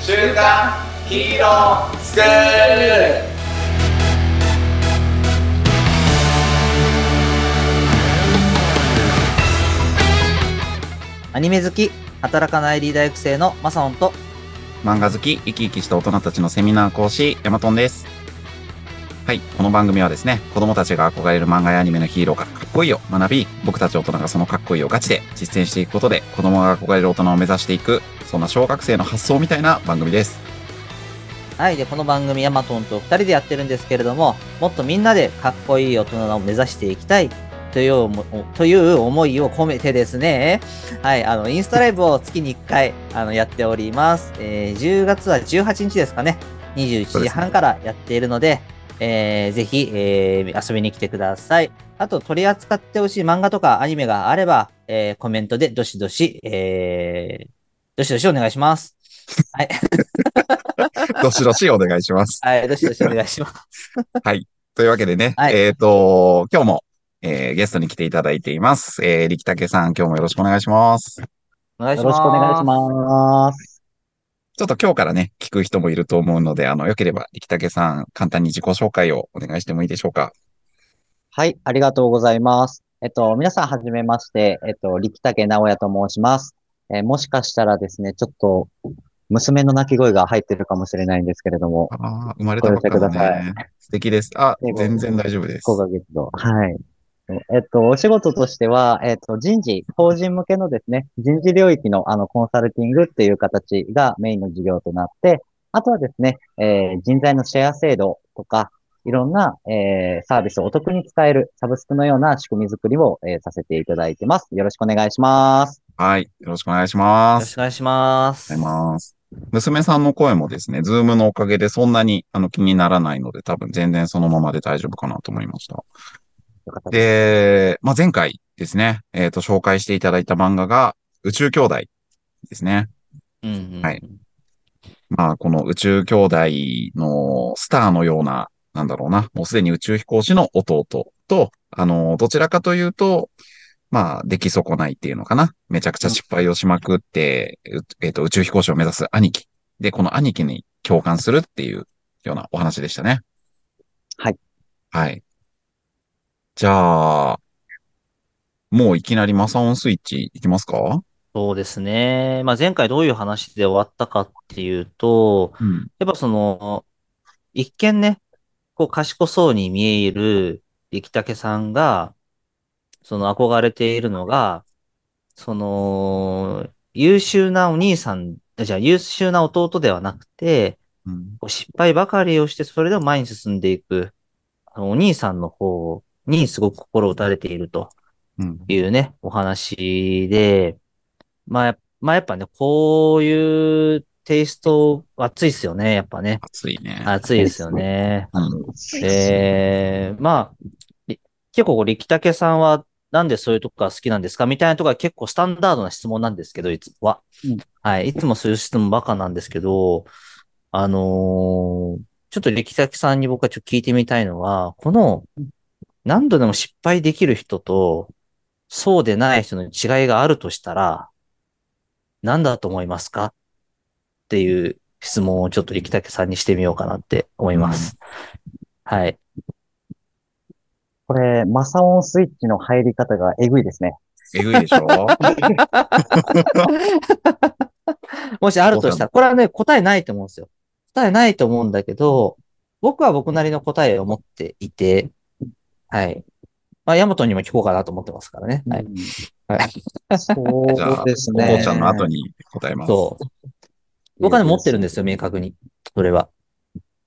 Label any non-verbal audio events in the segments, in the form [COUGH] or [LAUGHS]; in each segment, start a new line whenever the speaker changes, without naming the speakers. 週刊ヒーロースクール
アニメ好き、働かないリーダー育成のマサオンと、
漫画好き、生き生きした大人たちのセミナー講師、ヤマトンです。はい、この番組はですね、子供たちが憧れる漫画やアニメのヒーローからかっこいいを学び、僕たち大人がそのかっこいいをガチで実践していくことで、子供が憧れる大人を目指していく、そんな小学生の発想みたいな番組です。
はい、で、この番組ヤマトンと2人でやってるんですけれども、もっとみんなでかっこいい大人を目指していきたいという思いという思いを込めてですね、はい、あの、インスタライブを月に1回、あの、やっております。えー10月は18日ですかね、21時半からやっているので、えーぜひ、えー遊びに来てください。あと、取り扱ってほしい漫画とかアニメがあれば、えーコメントでどしどし、えーどしどしお願いします。
[LAUGHS] どしどしお願いします。
はい、どしどしお願いします。
というわけでね、
はい
えっ、と、今日も、えーゲストに来ていただいています。えー、力武さん、今日もよろしくお願いします。
お願いし
よ
ま
ろ
す。
しくお願いします。
ちょっと今日からね、聞く人もいると思うので、あの、良ければ、力武さん、簡単に自己紹介をお願いしてもいいでしょうか。
はい、ありがとうございます。えっと、皆さんはじめまして、えっと、力武直也と申します。えーもしかしたらですね、ちょっと、娘の泣き声が入ってるかもしれないんですけれども、
ああ、生まれたばっかだ
ご了承くだ
ね。素敵です。あ
で、も
全然大丈夫です。
5ヶ月度。はい。えっと、お仕事としては、えっと、人事、法人向けのですね、人事領域のあの、コンサルティングっていう形がメインの事業となって、あとはですね、えー人材のシェア制度とか、いろんな、えーサービスをお得に使えるサブスクのような仕組み作りを、えーさせていただいてます。よろしくお願いします。
はい。よろしくお願いしま
よろし
す。
くお願いします。
ありがとうございます。娘さんの声もですね、ズームのおかげでそんなにあの気にならないので、多分全然そのままで大丈夫かなと思いました。
よかったです。
で、まあ、前回ですね、えっ、と、紹介していただいた漫画が、宇宙兄弟ですね。
うんうんうん
はいまあ、この宇宙兄弟のスターのような、なんだろうな、もうすでに宇宙飛行士の弟と、あの、どちらかというと、まあ、出来損ないっていうのかな。めちゃくちゃ失敗をしまくって、うえっ、と、宇宙飛行士を目指す兄貴。で、この兄貴に共感するっていうようなお話でしたね。
はい。
はい。じゃあ、もういきなりマサオンスイッチいきますか
そうですね。まあ、前回どういう話で終わったかっていうと、
うん。
やっぱその、一見ね、こう賢そうに見える力武さんが、その憧れているのが、その、優秀なお兄さん、じゃあ優秀な弟ではなくて、
うん。
こう失敗ばかりをしてそれでも前に進んでいく、あのお兄さんの方にすごく心を打たれていると。
うん。
いうね、お話で、まあ、やっまあ、やっぱね、こういうテイスト、熱いっすよね、やっぱね。
熱い
[LAUGHS]
ね。
熱いですよね。
うん。
えー、まあ、り結構こう、力武さんは、なんでそういうとこが好きなんですかみたいなとこが結構スタンダードな質問なんですけど、いつもは。
うん
はい。いつもそういう質問ばっかなんですけど、あのーちょっと力武さんに僕はちょっと聞いてみたいのは、この、何度でも失敗できる人と、そうでない人の違いがあるとしたら、何だと思いますかっていう質問をちょっと力武さんにしてみようかなって思います。はい。
これ、マサオンスイッチの入り方がえぐいですね。
えぐいでし [LAUGHS] ょ
もしあるとしたら、これはね、答えないと思うんですよ。答えないと思うんだけど、僕は僕なりの答えを持っていて、はい。まあ、ヤマトにも聞こうかなと思ってますからね。はい。はい
じゃ
[LAUGHS]
あ
そうです
お
ね。
父ちゃんの後に答えます。
そう。僕はね、持ってるんですよ、明確に。それは。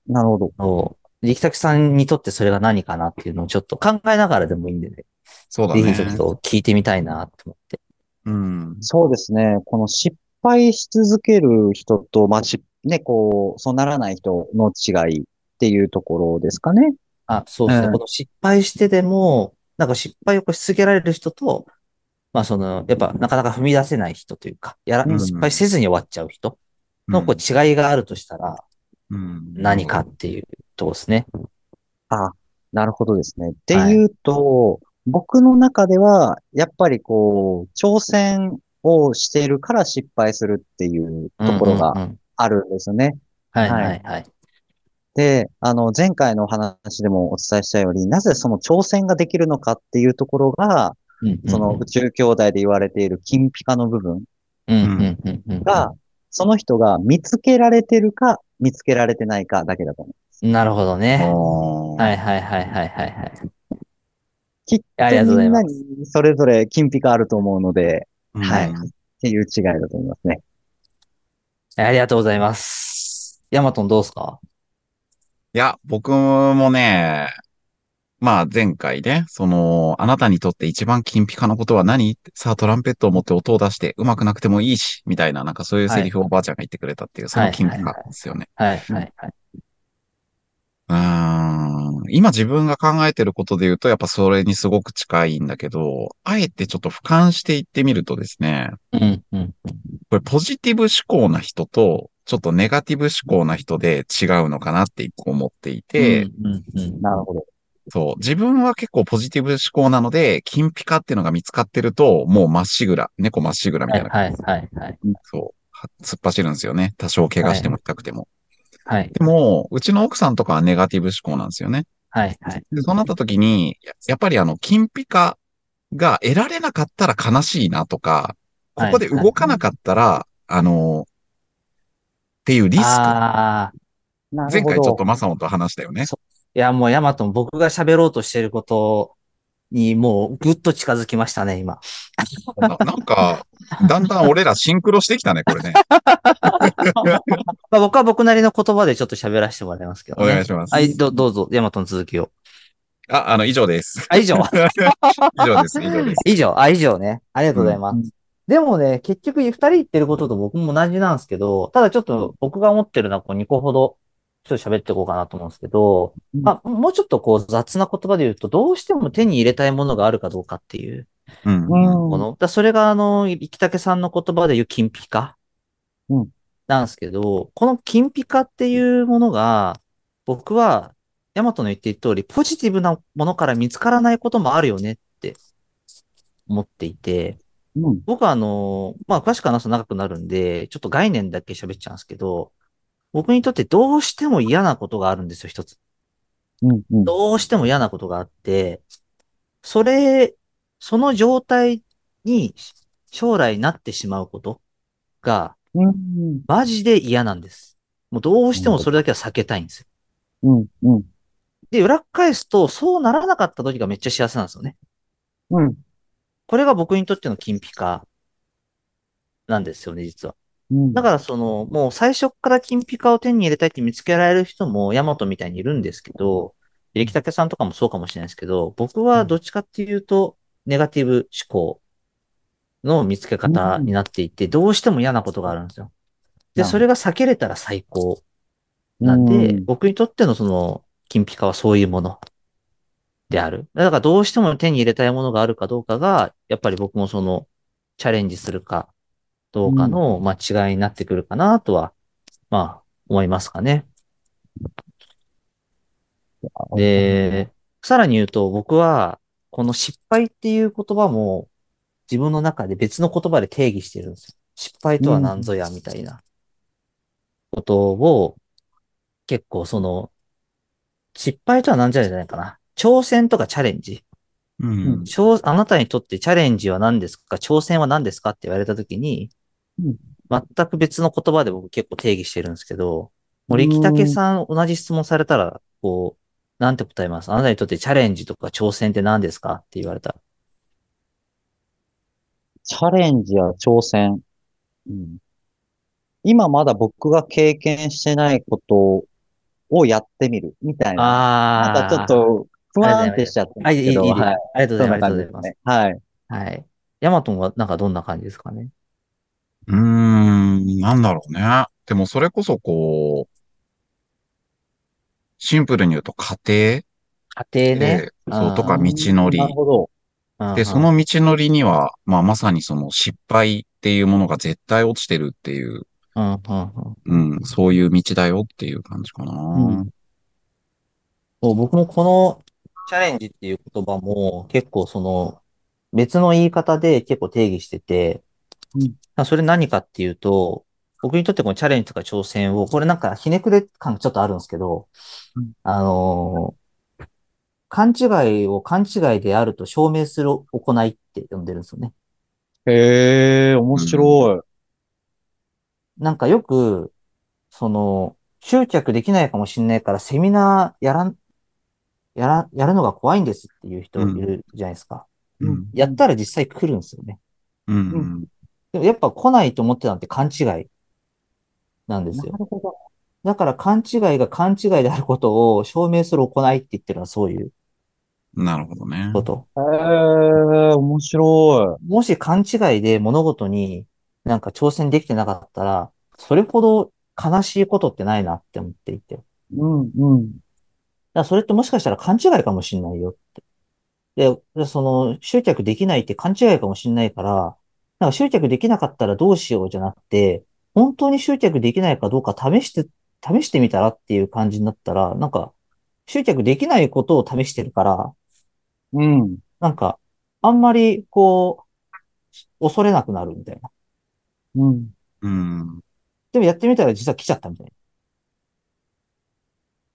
なるほど。
そう。力作さんにとってそれが何かなっていうのをちょっと考えながらでもいいんでね。
そうだ
ぜ
ね。
ひちょっと聞いてみたいなと思って。
うん。
そうですね。この失敗し続ける人と、まあ、し、ね、こう、そうならない人の違いっていうところですかね。
あ、そうですね。
うん
この失敗してでも、なんか失敗をこうし続けられる人と、まあその、やっぱなかなか踏み出せない人というか、やら、
うん
失敗せずに終わっちゃう人のこう違いがあるとしたら、
うん
何かっていうとこですね。
なるほどですね。っていうと、僕の中では、やっぱりこう、挑戦をしているから失敗するっていうところが
うんうんうん
あるんですよね。
はい
はい
はいはい。
で、あの、前回のお話でもお伝えしたように、なぜその挑戦ができるのかっていうところが、
うん
その宇宙兄弟で言われている金ピカの部分
うんうんうんうん。
が、その人が見つけられてるか、見つけられてないかだけだと思う。
なるほど
あ
ね。
ー
はいはいはいはいはいはい。
きっ
ありがと
と
うござ
み
い
ん
ま
な
す
にそれぞれ金ピカあると思うので、
うん
はい。っていう違いだと思いますね。
ありがとうございます。ヤマトンどうすか
いや、僕もね、まあ前回ね、その、あなたにとって一番金ピカのことは何さあトランペットを持って音を出して上手くなくてもいいし、みたいな、なんかそういうセリフをおばあちゃんが言ってくれたっていう、その金ピカですよね。
はいはいはい。
うーん今自分が考えてることで言うと、やっぱそれにすごく近いんだけど、あえてちょっと俯瞰していってみるとですね、
うんうん。
これポジティブ思考な人と、ちょっとネガティブ思考な人で違うのかなって一個思っていて、
うんうん
なるほど。
そう、自分は結構ポジティブ思考なので、金ピカっていうのが見つかってると、もうまっしぐら、猫まっしぐらみ
は
たい
い
な、
はいはいはい。
そう、は突っ走るんですよね。多少怪我しても痛くて
は
も。
い
でも、うちの奥さんとかはネガティブ思考なんですよね。
はいはい。
で、そうなった時に、ややっぱりあの、金ピカが得られなかったら悲しいなとか、ここで動かなかったら、あの、っていうリスク。
ああ。
なる
前
ほ
回
ど。
ちょっとマサオンと話したよね。
いやもうヤマトン僕が喋ろうとしてることにもうぐっと近づきましたね、今。
ななんか、だんだん俺らシンクロしてきたね、
[LAUGHS]
これね。
まあ、僕は僕なりの言葉でちょっと喋らせてもらいますけど
お願い
ね。
します。
はい、どどうぞ、ヤマトン続きを。
あ、あの、以上です。
あ、以上。
[LAUGHS] 以上です、以上です。
以上、あ、以上ね。ありがとうございます。でもね、結局、二人言ってることと僕も同じなんですけど、ただちょっと僕が思ってるのは、こう、2個ほど、ちょっと喋っていこうかなと思うんですけど、
うん
まあ、もうちょっとこう、雑な言葉で言うと、どうしても手に入れたいものがあるかどうかっていう
うん。
うん
もの。だからそれが、あの、生竹さんの言葉で言う金ピカ。
うん
なんですけど、この金ピカっていうものが、僕は、ヤマトの言っている通り、ポジティブなものから見つからないこともあるよねって思っていて、
うん。
僕はあの、まあ、詳しく話すと長くなるんで、ちょっと概念だけ喋っちゃうんですけど、僕にとってどうしても嫌なことがあるんですよ、一つ。
うん。うん。
どうしても嫌なことがあって、それ、その状態に将来なってしまうことが、
うん。
マジで嫌なんです。もうどうしてもそれだけは避けたいんですよ。
うん。うん。
で、裏返すと、そうならなかった時がめっちゃ幸せなんですよね。
うん。
これが僕にとっての金ピカなんですよね、実は。
うん。
だからその、もう最初から金ピカを手に入れたいって見つけられる人もヤマトみたいにいるんですけど、力武さんとかもそうかもしれないですけど、僕はどっちかっていうと、ネガティブ思考の見つけ方になっていて、どうしても嫌なことがあるんですよ。で、
なるほど
それが避けれたら最高なんで、
うん
僕にとってのその、金ピカはそういうものである。だからどうしても手に入れたいものがあるかどうかが、やっぱり僕もその、チャレンジするかどうかの、まあ、違いになってくるかなとは、まあ、思いますかね。で、さらに言うと、僕は、この失敗っていう言葉も、自分の中で別の言葉で定義してるんですよ。失敗とは何ぞや、みたいなことを、結構その、失敗とは何ぞやじゃないかな。挑戦とかチャレンジ。
うん。
挑あなたにとってチャレンジは何ですか挑戦は何ですかって言われたときに
うん、
全く別の言葉で僕結構定義してるんですけど、森木武さん同じ質問されたら、こう、なんて答えますあなたにとってチャレンジとか挑戦って何ですかって言われたら。
チャレンジや挑戦。うん、今まだ僕が経験してないことをやってみるみたいな。
あ
なんかちょっと不安ってしちゃってま
あ、い
す
い、いい、
け
いい
ど、
あ
はい。
りがとうご
そ
ざ
ん
います。あ
な感じで
りがとうござい
すね。。
ます
はい。
はい。ヤマトンはなんかどんな感じですかね
うーん、なんだろうね。でもそれこそこう、シンプルに言うと家
家
庭
庭ね。
で、そうとか
うん
道のり。
なるほど。
うんう
で、
ん
その道のりには、まあまさにその失敗っていうものが絶対落ちてるっていう、
うんうんうん
うん、そういう道だよっていう感じかな。
ん
そう、僕もこのチャレンジっていう言葉も結構その別の言い方で結構定義してて
うん、
あそれ何かっていうと、僕にとってこのチャレンジとか挑戦を、これなんかひねくれ感ちょっとあるんですけど、
うん
あのー勘違いを勘違いであると証明する行いって呼んでるんですよね。
へえ、面白
なんかよく、その、集客できないかもしれないからセミナーやらん、やら、やるのが怖いんですっていう人いるじゃないですか。
うん。
やったら実際来るんですよね。
うん。う。
うん
でもやっぱ来ないと思ってたのって勘違いなんで
い。
すよ
な。るほど。
だから勘違いが勘違いであることを証明する行いって言ってるのはそういう
なるほどね。
こと。
へえ、面白
もし勘違いで物事になんか挑戦できてなかったら、それほど悲しいことってないなって思っていて。だか
い。うん、うん。
らそれってもしかしたら勘違いかもしんないよって。で、その集客できないって勘違いかもしんないから、なんか集客できなかったらどうしようじゃなくて、本当に集客できないかどうか試して、試してみたらっていう感じになったら、なんか集客できないことを試してるから、
うん。
なんか、あんまり、こう、恐れなくなるみたいな。
うん。
うん。
でもやってみたら実は来ちゃったみたいな。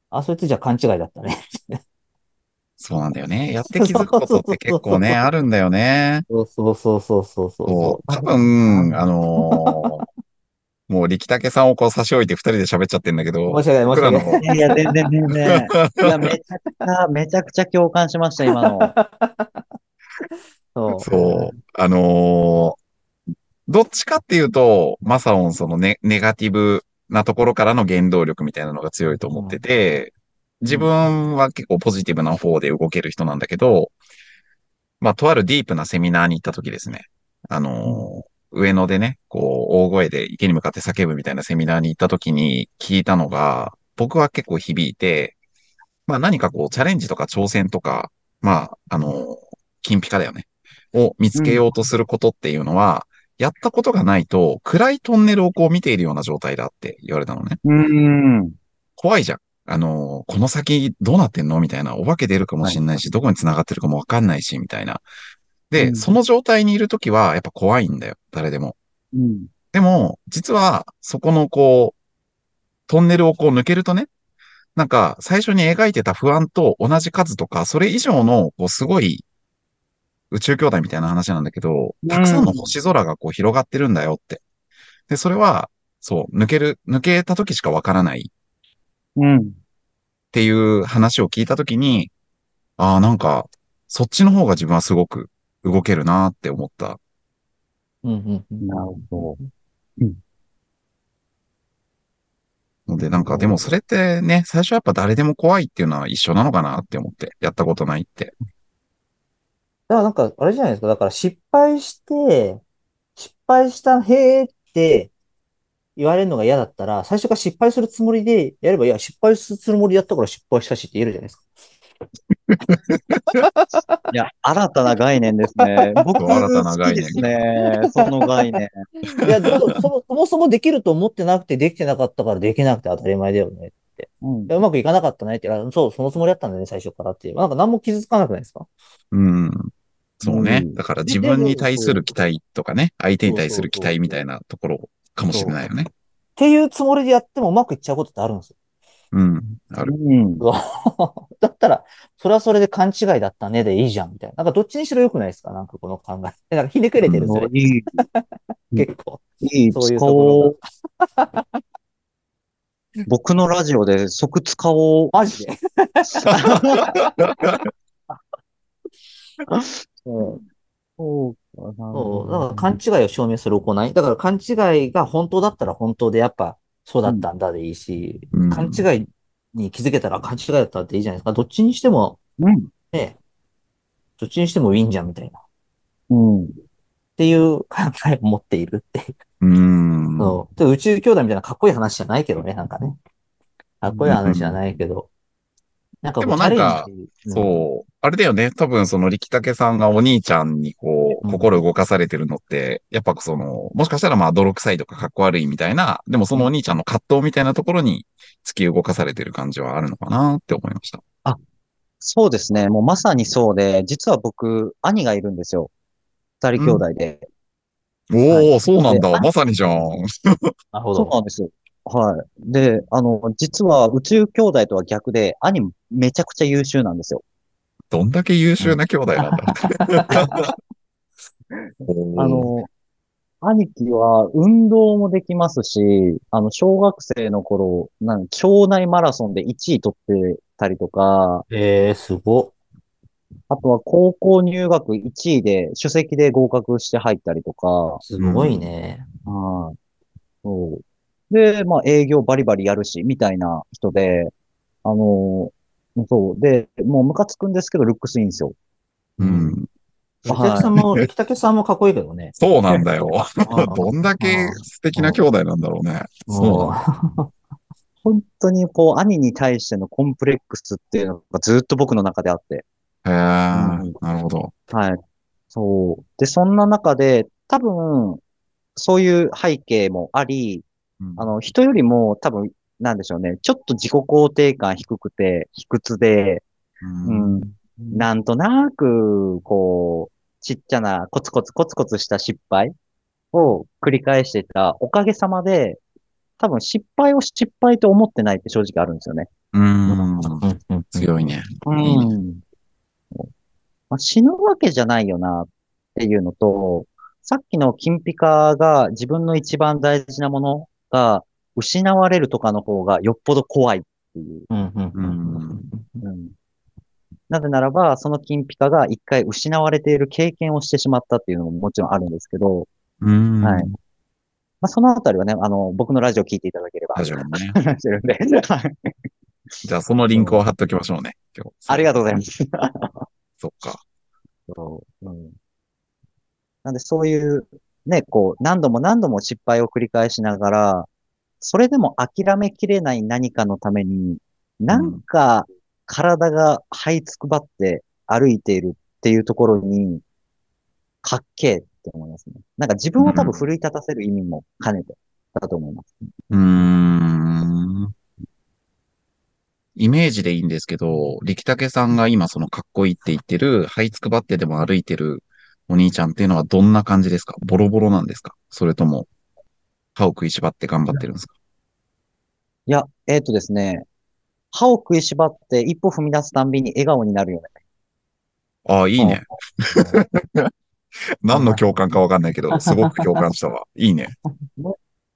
あ、それってじゃあ勘違いだったね。
そうなんだよね。やって気づくことって結
[LAUGHS]
構ね、あるんだよね。
そうそうそうそうそう
そ。
そう
多分、あの
[LAUGHS]
ーもう力武さんをこう差し置いて二人で喋っちゃってんだけど
う。申、し訳ない、申
僕
し
ら
いやい
訳ない。
の
[LAUGHS]
や、全然全然。いや、めちゃくちゃ、めちゃくちゃ共感しました、今の。
そう。
そう。あのーどっちかっていうと、マサオンそのネネガティブなところからの原動力みたいなのが強いと思ってて、自分は結構ポジティブな方で動ける人なんだけど、まあ、とあるディープなセミナーに行った時ですね。あのー上野でね、こう、大声で池に向かって叫ぶみたいなセミナーに行った時に聞いたのが、僕は結構響いて、まあ何かこう、チャレンジとか挑戦とか、まあ、あのー金ピカだよね。を見つけようとすることっていうのは、やったことがないと暗いトンネルをこう見ているような状態だって言われたのね。
うん。
怖いじゃん。あの、この先どうなってんのみたいな。お化け出るかもしれないし、どこに繋がってるかもわかんないし、みたいな。で、
うん
その状態にいるときはやっぱ怖いんだよ。誰でも。
うん。
でも、実は、そこのこう、トンネルをこう抜けるとね、なんか、最初に描いてた不安と同じ数とか、それ以上の、こう、すごい、宇宙兄弟みたいな話なんだけど
う、ん
たくさんの星空がこう広がってるんだよって。で、それは、そう、抜ける、抜けた時しかわからない
うん。
っていう話を聞いた時に、ああ、なんか、そっちの方が自分はすごく動けるなって思った。
うんうんうん。
なるほど。
ので、なんか、でもそれってね、最初はやっぱ誰でも怖いっていうのは一緒なのかなって思って、やったことないって。
だからなんか、あれじゃないですか。だから失敗して、失敗した、へーって言われるのが嫌だったら、最初から失敗するつもりでやれば、いや、失敗するつもりでやったから失敗したしって言えるじゃないですか。
[LAUGHS] いや、新たな概念です [LAUGHS] ね。僕、
そう新たな概念
好きですね。その概念。
[LAUGHS] いや、でもそもそもそもできると思ってなくて、できてなかったからできなくて当たり前だよね。
うん
いやうまくいかなかったねって、あそう、そのつもりだったんだね、最初からって。なんか何も傷つかなくないですか
うん。そうね
う。ん
だから自分に対する期待とかね、相手に対する期待みたいなところかもしれないよね。
っていうつもりでやってもうまくいっちゃうことってあるんですよ。
うん。ある。
うん。
[LAUGHS] だったら、それはそれで勘違いだったねでいいじゃん、みたいな。なんかどっちにしろ良くないですかなんかこの考え。なんかひねくれてる、それ。
いうん
結構。
い、いい、
そういう
使
ところ
おう。僕のラジオで即使おう。
マジで。
そうそうかな
そう。だから勘違いを証明する行い。だから勘違いが本当だったら本当で、やっぱそうだったんだでいいし、
うん
勘違いに気づけたら勘違いだったっていいじゃないですか。どっちにしても、
うん。
ね、どっちにしてもいいんじゃん、みたいな。っ
うん。
ていう考えを持っているっていう。
うん。
そう。で宇宙兄弟みたいなかっこいい話じゃないけどね、なんかね。かっこいい話じゃないけど。なんかこう
でもなんか
チャレンジ
そう。あれだよね。多分その力武さんがお兄ちゃんにこう、
うん
心動かされてるのって、やっぱその、もしかしたらまあ泥臭いとかかっこ悪いみたいな、でもそのお兄ちゃんの葛藤みたいなところに突き動かされてる感じはあるのかなって思いました。
そうですね。もうまさにそうで、実は僕、兄がいるんですよ。二人兄弟で。
お
は
お、そうなんだ。
で
まさにじゃん。 [LAUGHS]
なるほ
そう
ど。
なんですよ。はい。で、あの、実は宇宙兄弟とは逆で、兄めちゃくちゃ優秀なんですよ。
どんだけ優秀な兄弟なんだ。おー
あ、の、兄貴は運動もできますし、あの、小学生の頃、なん町内マラソンで1位取ってたりとか、
えー、すごっ。
あとは高校入学1位で、首席で合格して入ったりとか、
すごいね。
はい。そう。で、まあ営業バリバリやるし、みたいな人で、あの、そう。で、もうムカつくんですけど、ルックスいいんですよ。
うん。
北竹さんも、北竹さんもかっこいいけどね。
[LAUGHS] そうなんだよ。
うん
どんだけ素敵な兄弟なんだろうね。そうなんだ。
本当にこう、兄に対してのコンプレックスっていうのがずっと僕の中であって。
へ
う
ー
ん
なるほど。
はい。そう。で、そんな中で、多分、そういう背景もあり、
うん
あの、人よりも多分、なんでしょうね。ちょっと自己肯定感低くて、卑屈で、うん。なんとなく、こう、ちっちゃなコツコツコツコツした失敗を繰り返してたおかげさまで、多分失敗を失敗と思ってないって正直あるんですよね。
うん。
うんうん
強いね。
うん。まあ、死ぬわけじゃないよなっていうのと、さっきの金ピカが自分の一番大事なものが失われるとかの方がよっぽど怖いっていう。
うんうん
う
うん
ん。
うんなぜならば、その金ピカが一回失われている経験をしてしまったっていうのももちろんあるんですけど、
うん。
はい。まあ、そのあたりはね、あの、僕のラジオ聞いていただければ
ラジオもね。
話してるんで、はい
じゃあ、そのリンクを貼っておきましょうね。今日。
[LAUGHS] ありがとうござい
ま。
ますす。
そっか。
そううんなんでそういう、ね、こう、何度も何度も失敗を繰り返しながら、それでも諦めきれない何かのために、なんか体が這いつくばって歩いているっていうところに、かっけえって思いますね。なんか自分を多分奮い立たせる意味も兼ねてだと思います。
うーん。イメージでいいんですけど、力武さんが今そのかっこいいって言ってる、這いつくばってでも歩いてるお兄ちゃんっていうのはどんな感じですかボロボロなんですかそれとも、歯を食いしばって頑張ってるんですか
いや、えっ、とですね、歯を食いしばって一歩踏み出すたんびに笑顔になるよね。
ああ、いいね。 [LAUGHS] 何の共感かわかんないけど、すごく共感したわ。いいね。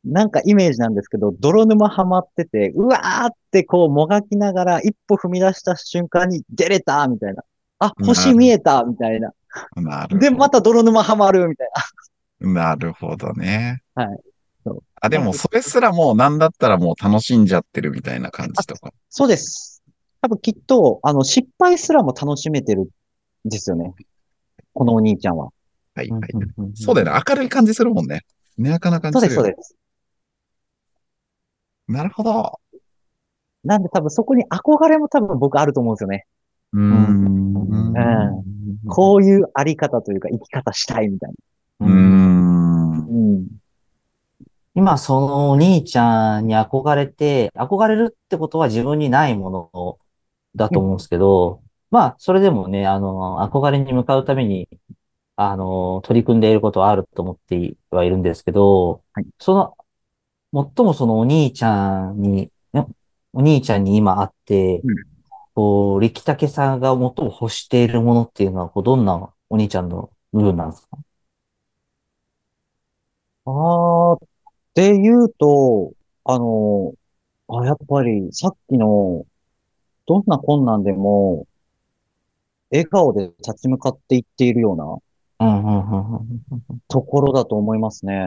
なんかイメージなんですけど、泥沼ハマってて、うわーってこうもがきながら一歩踏み出した瞬間に出れたみたいな。あ、星見えたみたいな。
なる
で、また泥沼ハマるみたいな。
なるほどね。
はいそう
あ、でも、それすらもう、なんだったらもう楽しんじゃってるみたいな感じとか。
そうです。多分きっと、あの、失敗すらも楽しめてるんですよね。このお兄ちゃんは。
はい、
う
はい。
ん。
そうだよね。明るい感じするもんね。ねやかな感
そ
じ
うですす、
る
そ
よ
う
ね。
です。
なるほど。
なんで多分そこに憧れも多分僕あると思うんですよね。
うーん。
うんこういうあり方というか生き方したいみたい
ーん。
な。うん。
今、そのお兄ちゃんに憧れて、憧れるってことは自分にないものだと思うんですけど、まあ、それでもね、あの、憧れに向かうために、あの、取り組んでいることはあると思ってはいるんですけど
はい、
その、最もそのお兄ちゃんに、ねお兄ちゃんに今あって
うん、
こう、力武さんが最も欲しているものっていうのは、こう、どんなお兄ちゃんの部分なんですか
ああ、で言うと、あの、あ、やっぱりさっきの、どんな困難でも、笑顔で立ち向かっていっているような
うん、うん、うん、うん
ところだと思いますね。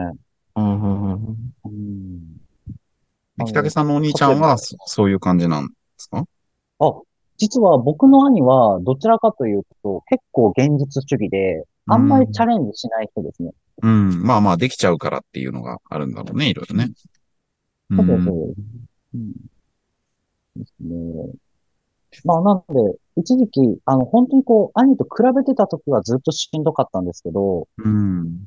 うん、うん、うんうん。
うん。
北竹さんのお兄ちゃんは、そそういう感じなんですか
あ、実は僕の兄は、どちらかというと、結構現実主義で、あんまりチャレンジしない人ですね。
うん。まあまあ、できちゃうからっていうのがあるんだろうね。いろいろね。う。
そうそうんそう。うん。ですね。まあなんで、一時期、あの、本当にこう、兄と比べてた時はずっとしんどかったんですけど、
うん。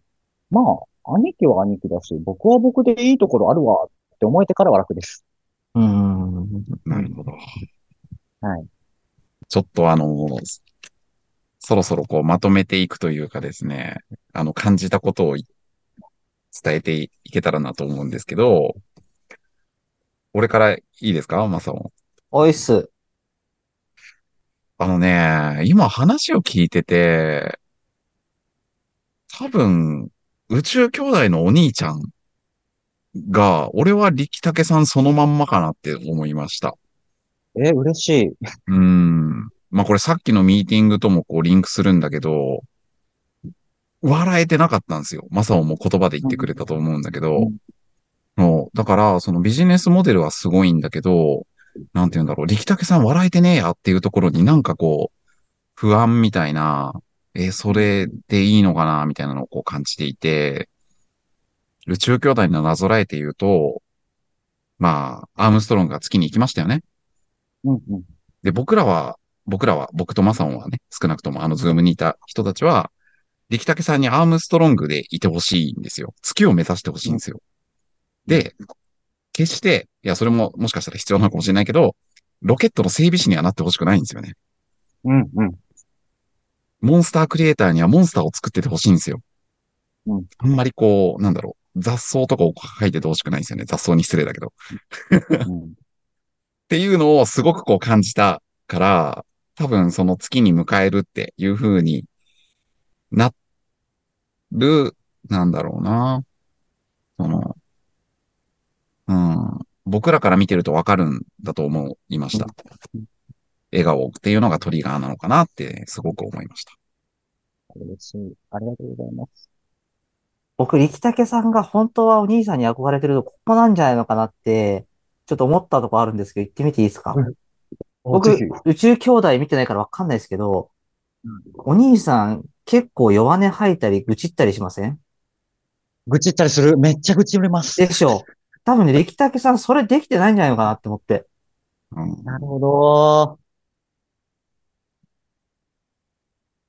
まあ、兄貴は兄貴だし、僕は僕でいいところあるわって思えてからは楽です。
うん。
なるほど。
はい。
ちょっとあの、そろそろこうまとめていくというかですね、あの感じたことをい伝えていけたらなと思うんですけど、俺からいいですかマサオン。
おいっす。
あのね、今話を聞いてて、多分、宇宙兄弟のお兄ちゃんが、俺は力武さんそのまんまかなって思いました。
え、嬉しい。
うーん。まあこれさっきのミーティングともこうリンクするんだけど、笑えてなかったんですよ。マサオも言葉で言ってくれたと思うんだけど。
うん
そうだから、そのビジネスモデルはすごいんだけど、なんて言うんだろう、力武さん笑えてねえやっていうところになんかこう、不安みたいな、え、それでいいのかなみたいなのをこう感じていて、宇宙兄弟のなぞらえて言うと、まあ、アームストロングが月に行きましたよね。
うんうん。
で、僕らは、僕らは、僕とマサオンはね、少なくともあのズームにいた人たちは、力武さんにアームストロングでいてほしいんですよ。月を目指してほしいんですよ。で、決して、いや、それももしかしたら必要なのかもしれないけど、ロケットの整備士にはなってほしくないんですよね。
うんうん。
モンスタークリエイターにはモンスターを作っててほしいんですよ。
うん
あんまりこう、なんだろう、雑草とかを書いててほしくないんですよね。雑草に失礼だけど。
うん
っていうのをすごくこう感じたから、多分その月に迎えるっていう風になる、なんだろうな。その、うん、僕らから見てるとわかるんだと思いました。笑顔っていうのがトリガーなのかなってすごく思いました。
嬉しい。ありがとうございます。
僕、力武さんが本当はお兄さんに憧れてるのここなんじゃないのかなって、ちょっと思ったとこあるんですけど、言ってみていいですか
うん
僕
ぜひ、
宇宙兄弟見てないからわかんないですけど、お兄さん結構弱音吐いたり、愚痴ったりしません
愚痴ったりする。めっちゃ愚痴れます。
でしょう。多分ね、力武さんそれできてないんじゃないのかなって思って。
うん
なるほど。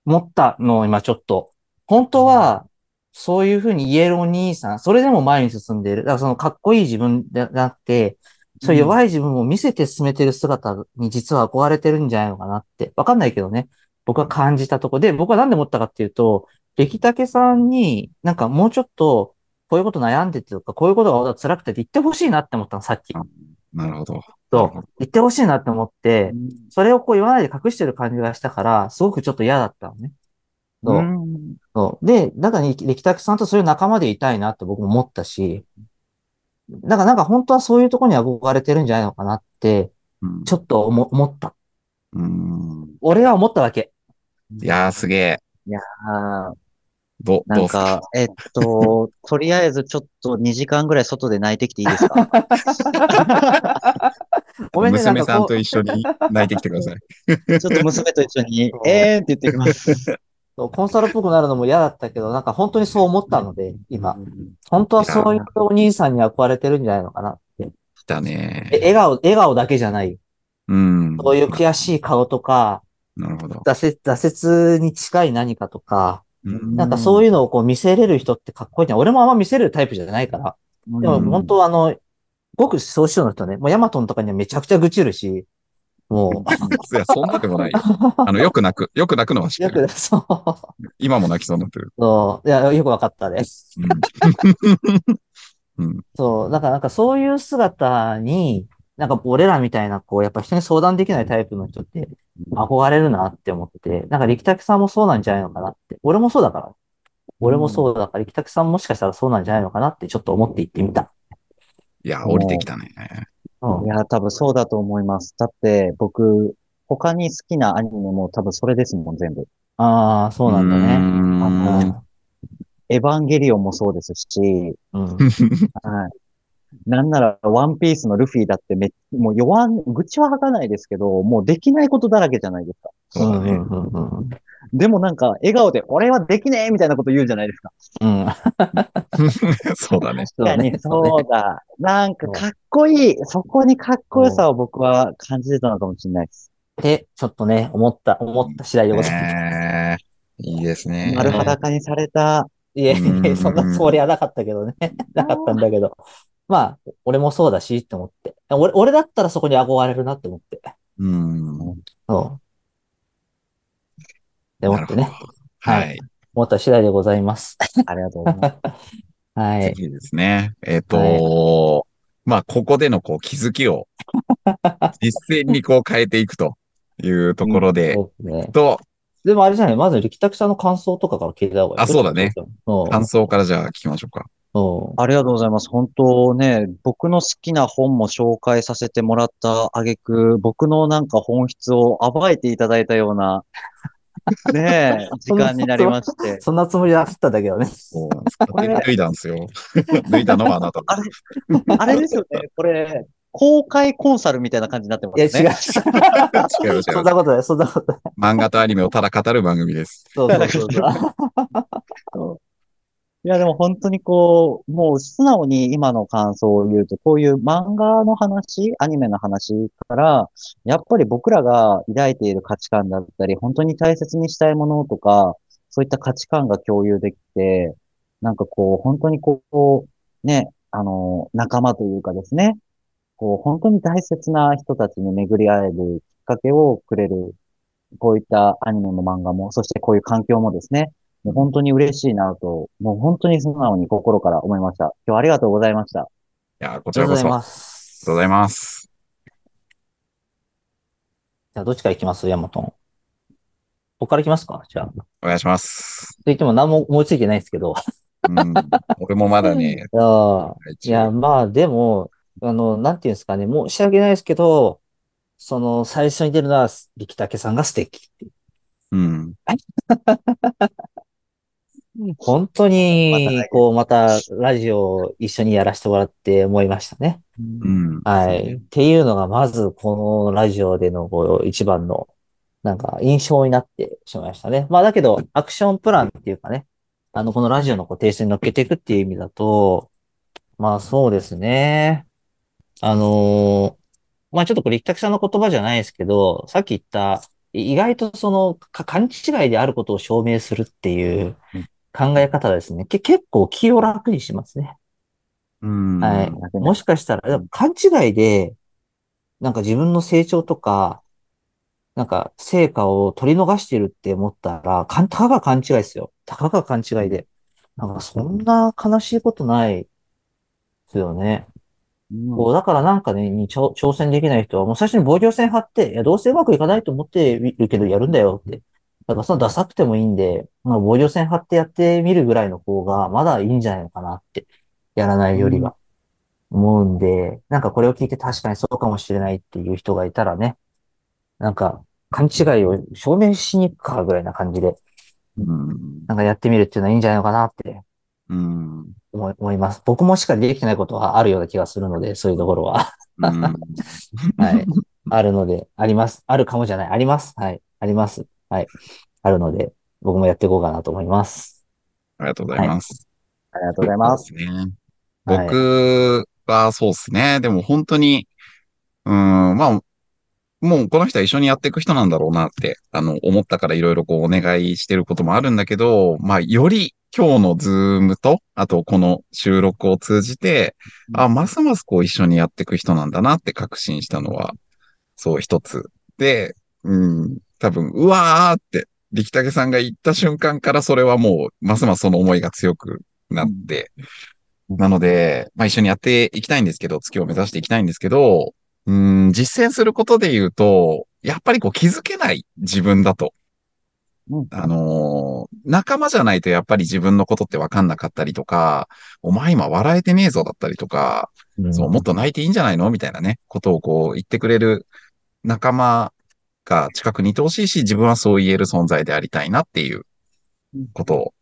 思ったのを今ちょっと。本当は、そういうふうに言えるお兄さん、それでも前に進んでいる。だからそのかっこいい自分じゃなくて、そういう弱い自分を見せて進めてる姿に実は憧れてるんじゃないのかなって。わかんないけどね。僕は感じたとこで、僕は何で思ったかっていうと、力武さんになんかもうちょっと、こういうこと悩んでてとか、こういうことが俺は辛くてって言ってほしいなって思ったの、さっき。
なるほど。
と、言ってほしいなって思って、
う
それをこう言わないで隠してる感じがしたから、すごくちょっと嫌だったのね。そう。
ん。
そう。で、だから、力拓さんとそういう仲間でいたいなって僕も思ったし、だからなんか本当はそういうところに憧れてるんじゃないのかなって、
うん
ちょっと思思った。
うん
俺は思ったわけ。
いやーすげえ。
あー
ど、
な
ど
ん
うす
か、
か
えっと、 [LAUGHS] とりあえずちょっと2時間ぐらい外で泣いてきていいですか
ごめんね、なん
娘
か
さん
こと
一緒に泣いてきてくだ
[LAUGHS]
さい。
ちょっと娘と一緒に
そ、う
えーんって言ってきます。
う、コンサルっぽくなるのも嫌だったけど、なんか本当にそう思ったので、今。本当はそういうお兄さんに憧れてるんじゃないのかなって。
来たね
え笑顔、笑顔だけじゃない。
うん。
そういう悔しい顔とか、
なるほど。
挫折、挫折に近い何かとか、
うん
なんかそういうのをこう見せれる人ってかっこいいじゃん。俺もあんま見せるタイプじゃないから。
うん
でも本当はあの、ごく総主の人ね、もうヤマトンとかにはめちゃくちゃ愚痴るし、も
[LAUGHS]
いや、そんなで
[LAUGHS]
もない。あの、よく泣く。よく泣くのは
う、
知っ
よ
てる。
く、そう、
今も泣きそうになってる。
そう、いや、よくわかった [LAUGHS] です。
うんうん
そう、だからなんかそういう姿に、なんか俺らみたいな、こう、やっぱ人に相談できないタイプの人って憧れるなって思って、なんか力拓さんもそうなんじゃないのかなって。俺もそうだから。俺もそうだから、力拓さんもしかしたらそうなんじゃないのかなってちょっと思って行ってみた。
いや、降りてきたね。
うん
い。や、多分そうだと思います。だって、僕、他に好きなアニメも多分それですもん、全部。
ああ、そうなんだね。
ね。
エヴァンゲリオンもそうですし、
うん。 [LAUGHS]
はい。なんなら、ワンピースのルフィだってめ、もう弱ん、愚痴は吐かないですけど、もうできないことだらけじゃないですか。
そうだね。
うんうんうん
でもなんか、笑顔で、俺はできねえみたいなこと言うじゃないですか。
うん。うん。
そうだね。
確かに、
そうね
そうだ。なんか、かっこいい。そこにかっこよさを僕は感じてたのかもしれないです。
で、ちょっとね、思った、思った次第でございます。
ねえいいですね。
丸裸にされた。
いやいや、
うん
そんなつもりはなかったけどね。なかったんだけど。まあ、俺もそうだし、って思って。俺、俺だったらそこに憧れるなって思って。
うん。
そう。で、思
な
っ
る
て
ほど
ね。
はい。
思った次第でございます。
ありがとうございます。
はい。
次ですね。えっ、と
は
まあ、ここでのこう気づ
[LAUGHS]
きを実践にこう変えていくというところで、
そうですね。
と、
でもあれじゃない、まず力拓さんの感想とかから聞いた方がいい。
あそうだね。
うん。
感想からじゃあ聞きましょうか。
うん
[LAUGHS] ありがとうございます。本当ね、僕の好きな本も紹介させてもらった挙句、僕のなんか本質を暴いていただいたよう [LAUGHS] な、ねえ、時間になりまして。
そんなつもりはなかったんだけどね。
そうなんです勝手に脱いだんですよ。 [LAUGHS] 脱いだのはあなた
あれあれですよね、これ、公開コンサルみたいな感じになってま
いや、違
すね。
う。
違う違う
そんなことない、そんなことない。
漫画とアニメをただ語る番組です。
そうそう
[LAUGHS]
そうそう。
いや、でも本当にこう、もう素直に今の感想を言うと、こういう漫画の話、アニメの話から、やっぱり僕らが抱いている価値観だったり、本当に大切にしたいものとか、そういった価値観が共有できて、なんかこう、本当にこう、ね、あの、仲間というかですね、こう、本当に大切な人たちに巡り会えるきっかけをくれる、こういったアニメも漫画も、そしてこういう環境もですね、もう本当に嬉しいなと、もう本当に素直に心から思いました。今日はありがとうございました。
いやー、こ
あ
ち
りがと
ら
うござい
こそ。ありが
ます。
とうございます。
じゃあ、どっちから行きますヤマトン。僕から行きますかじゃあ。と
お願いします。
言っても何も思いついてないですけど。 [LAUGHS]
うん。俺もまだね、
ああ。いや、まあ、でも、あの、なんていうんですかね、申し訳ないですけど、その、最初に出るのは、力武さんが素敵っていう。
うん。
本当
また
に
来、
こう、また、ラジオを一緒にやらせてもらって思いましたね。
うん。
はい。っていうのが、まず、このラジオでのこう一番の、なんか、印象になってしまいましたね。まあ、だけど、アクションプランっていうかね、あの、このラジオのこう提出に乗っけていくっていう意味だと、まあ、そうですね。あのーまあ、ちょっとこれ、一択さんの言葉じゃないですけど、さっき言った、い意外とその、か勘違いであることを証明するっていう考え方ですね。け結構気を楽にしますね。
うん。
はいもしかしたら、でも勘違いで、なんか自分の成長とか、なんか成果を取り逃してるって思ったら、かんたかが勘違いですよ。たかが勘違いで。なんかそんな悲しいことないですよね。こう、だからなんかね、に挑挑戦できない人は、もう最初に防御線張って、いや、どうせうまくいかないと思ってるけど、やるんだよって。だから、そのダサくてもいいんで、まあ、防御線張ってやってみるぐらいの方が、まだいいんじゃないのかなって、やらないよりは、思うんで、なんかこれを聞いて確かにそうかもしれないっていう人がいたらね、なんか、勘違いを証明しに行くか、ぐらいな感じで、
うん。
なんかやってみるっていうのはいいんじゃないのかなって
うん。
思い思います。僕もしかできてないことはあるような気がするので、そういうところは。
[LAUGHS] うん。
はい。
[LAUGHS]
あるので、あります。あるかもじゃない。あります。はい。あります。はい。あるので、僕もやっていこうかなと思います。
ありがとうございます。
ありがとうございます。
そうですね。
はい
僕はそうですね。でも本当に、うーん、まあ、もうこの人は一緒にやっていく人なんだろうなって、あの、思ったからいろいろこうお願いしてることもあるんだけど、まあ、より今日のズームと、あとこの収録を通じて、あ、ますますこう一緒にやっていく人なんだなって確信したのは、そう一つ。で、うん、多分、うわーって、力武さんが言った瞬間からそれはもう、ますますその思いが強くなって、なので、まあ一緒にやっていきたいんですけど、月を目指していきたいんですけど、うーん、実践することで言うと、やっぱりこう気づけない自分だと。
うん
あのー仲間じゃないとやっぱり自分のことってわかんなかったりとか、お前今笑えてねえぞだったりとか、
[LAUGHS]
そう、もっと泣いていいんじゃないのみたいなね、ことをこう言ってくれる仲間が近くにいてほしいし、自分はそう言える存在でありたいなっていうことを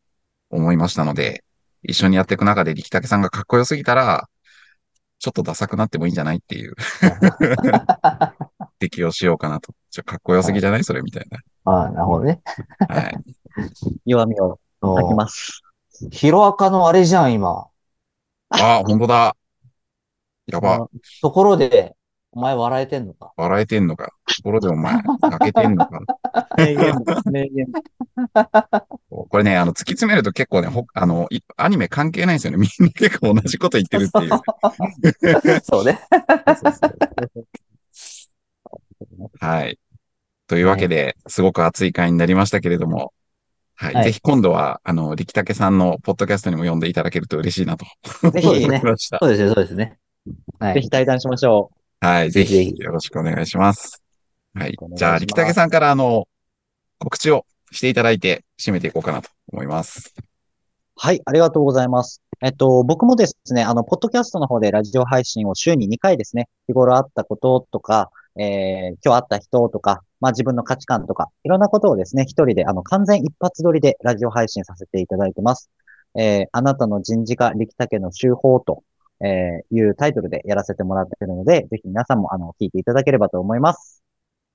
思いましたので、一緒にやっていく中で力武さんがかっこよすぎたら、ちょっとダサくなってもいいんじゃないっていう適用しようかなと。ちょ、かっこよすぎじゃないそれみたい
ああ、なるほどね。
な。はい。
弱みを吐き
[LAUGHS]
ます。
ヒロアカのあれじゃん、今。
あ、本当だ。やば。
ところで、お前笑えてんの
[LAUGHS]
か。
笑えてんのか。ところでお前、泣けてん [LAUGHS] のか。
名言、名言。
これね、あの、突き詰めると結構ね、ほあの、いアニメ関係ないんですよね。みんな結構同じこと言ってるっていう。
そうね。
そうそうそうはい。というわけで、すごく熱い回になりましたけれども、はい。
はい
ぜひ今度は、あの、力武さんのポッドキャストにも呼んでいただけると嬉しいなと
ぜ
そ
ひ
うです、ね
思いました。
そうですね、そうですね。は
ぜ
い。
ひ対談しましょう。
はい。ぜ
ぜ
ひ
ひ
よろしくお願いします。はい
お願いし。ます
じゃあ、力武さんから、あの、告知をしていただいて、締めていこうかなと思います。
はい、ありがとうございます。えっと、僕もですね、あの、ポッドキャストの方でラジオ配信を週に2回ですね、日頃あったこととか、えー、今日あった人とか、まあ自分の価値観とか、いろんなことをですね、一人で、あの、完全一発撮りでラジオ配信させていただいてます。えー、あなたの人事課力武の修法と、えー、いうタイトルでやらせてもらってるので、ぜひ皆さんも、あの、聞いていただければと思います。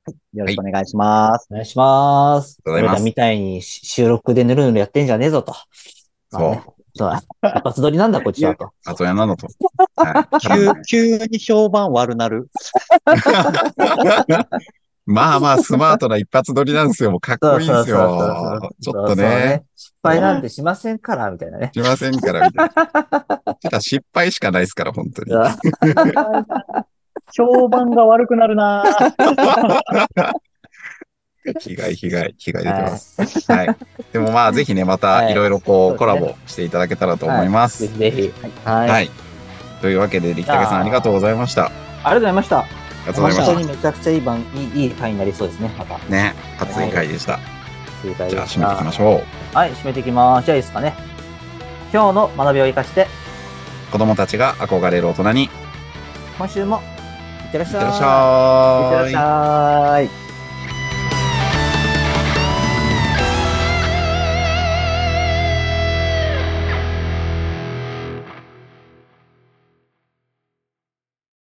はい、よろしくお願いします。
お願いします。
ありがとうございます
俺らみたいにし収録でぬるぬるやってんじゃねえぞと。まあねそうだ。一発撮りなんだ、こっちはと。
あとやなのと。はい
急、急に評判悪なる。
[LAUGHS] まあまあ、スマートな一発撮りなんですよ。もうかっこいいんですよ。ちょっとね、。
失敗なんてしませんから、みたいなね。
しませんから、みたいな。ただ失敗しかないですから、本
[LAUGHS]
当に。
評判が悪くなるなぁ
被害、被害、被害出てます。はい。でもまあ、ぜひね、また
はい
いろいろこう、コ
そう
ラ
ですね
ボしていただけたらと思いま
ぜ
す
ひ。ぜひ。はい。
は
あり
い。というわけで、力武さんありがとうございました。あ
がとうございました。
りがとうござい
本当
まし
にめちゃくちゃいい番、いい、いい回になりそうですね。また。
た。ね、熱い回でした。
正解
じゃあ、
でし
締めていき
た
ま。しょう。
はい、締めていきます。じゃあいいですかね。今日の学びを生かして、
子供たちが憧れる大人に、いっ
今週も、いってらっしてゃい。
らっし
いってら
ゃ
っ
ーい
し。ゃい。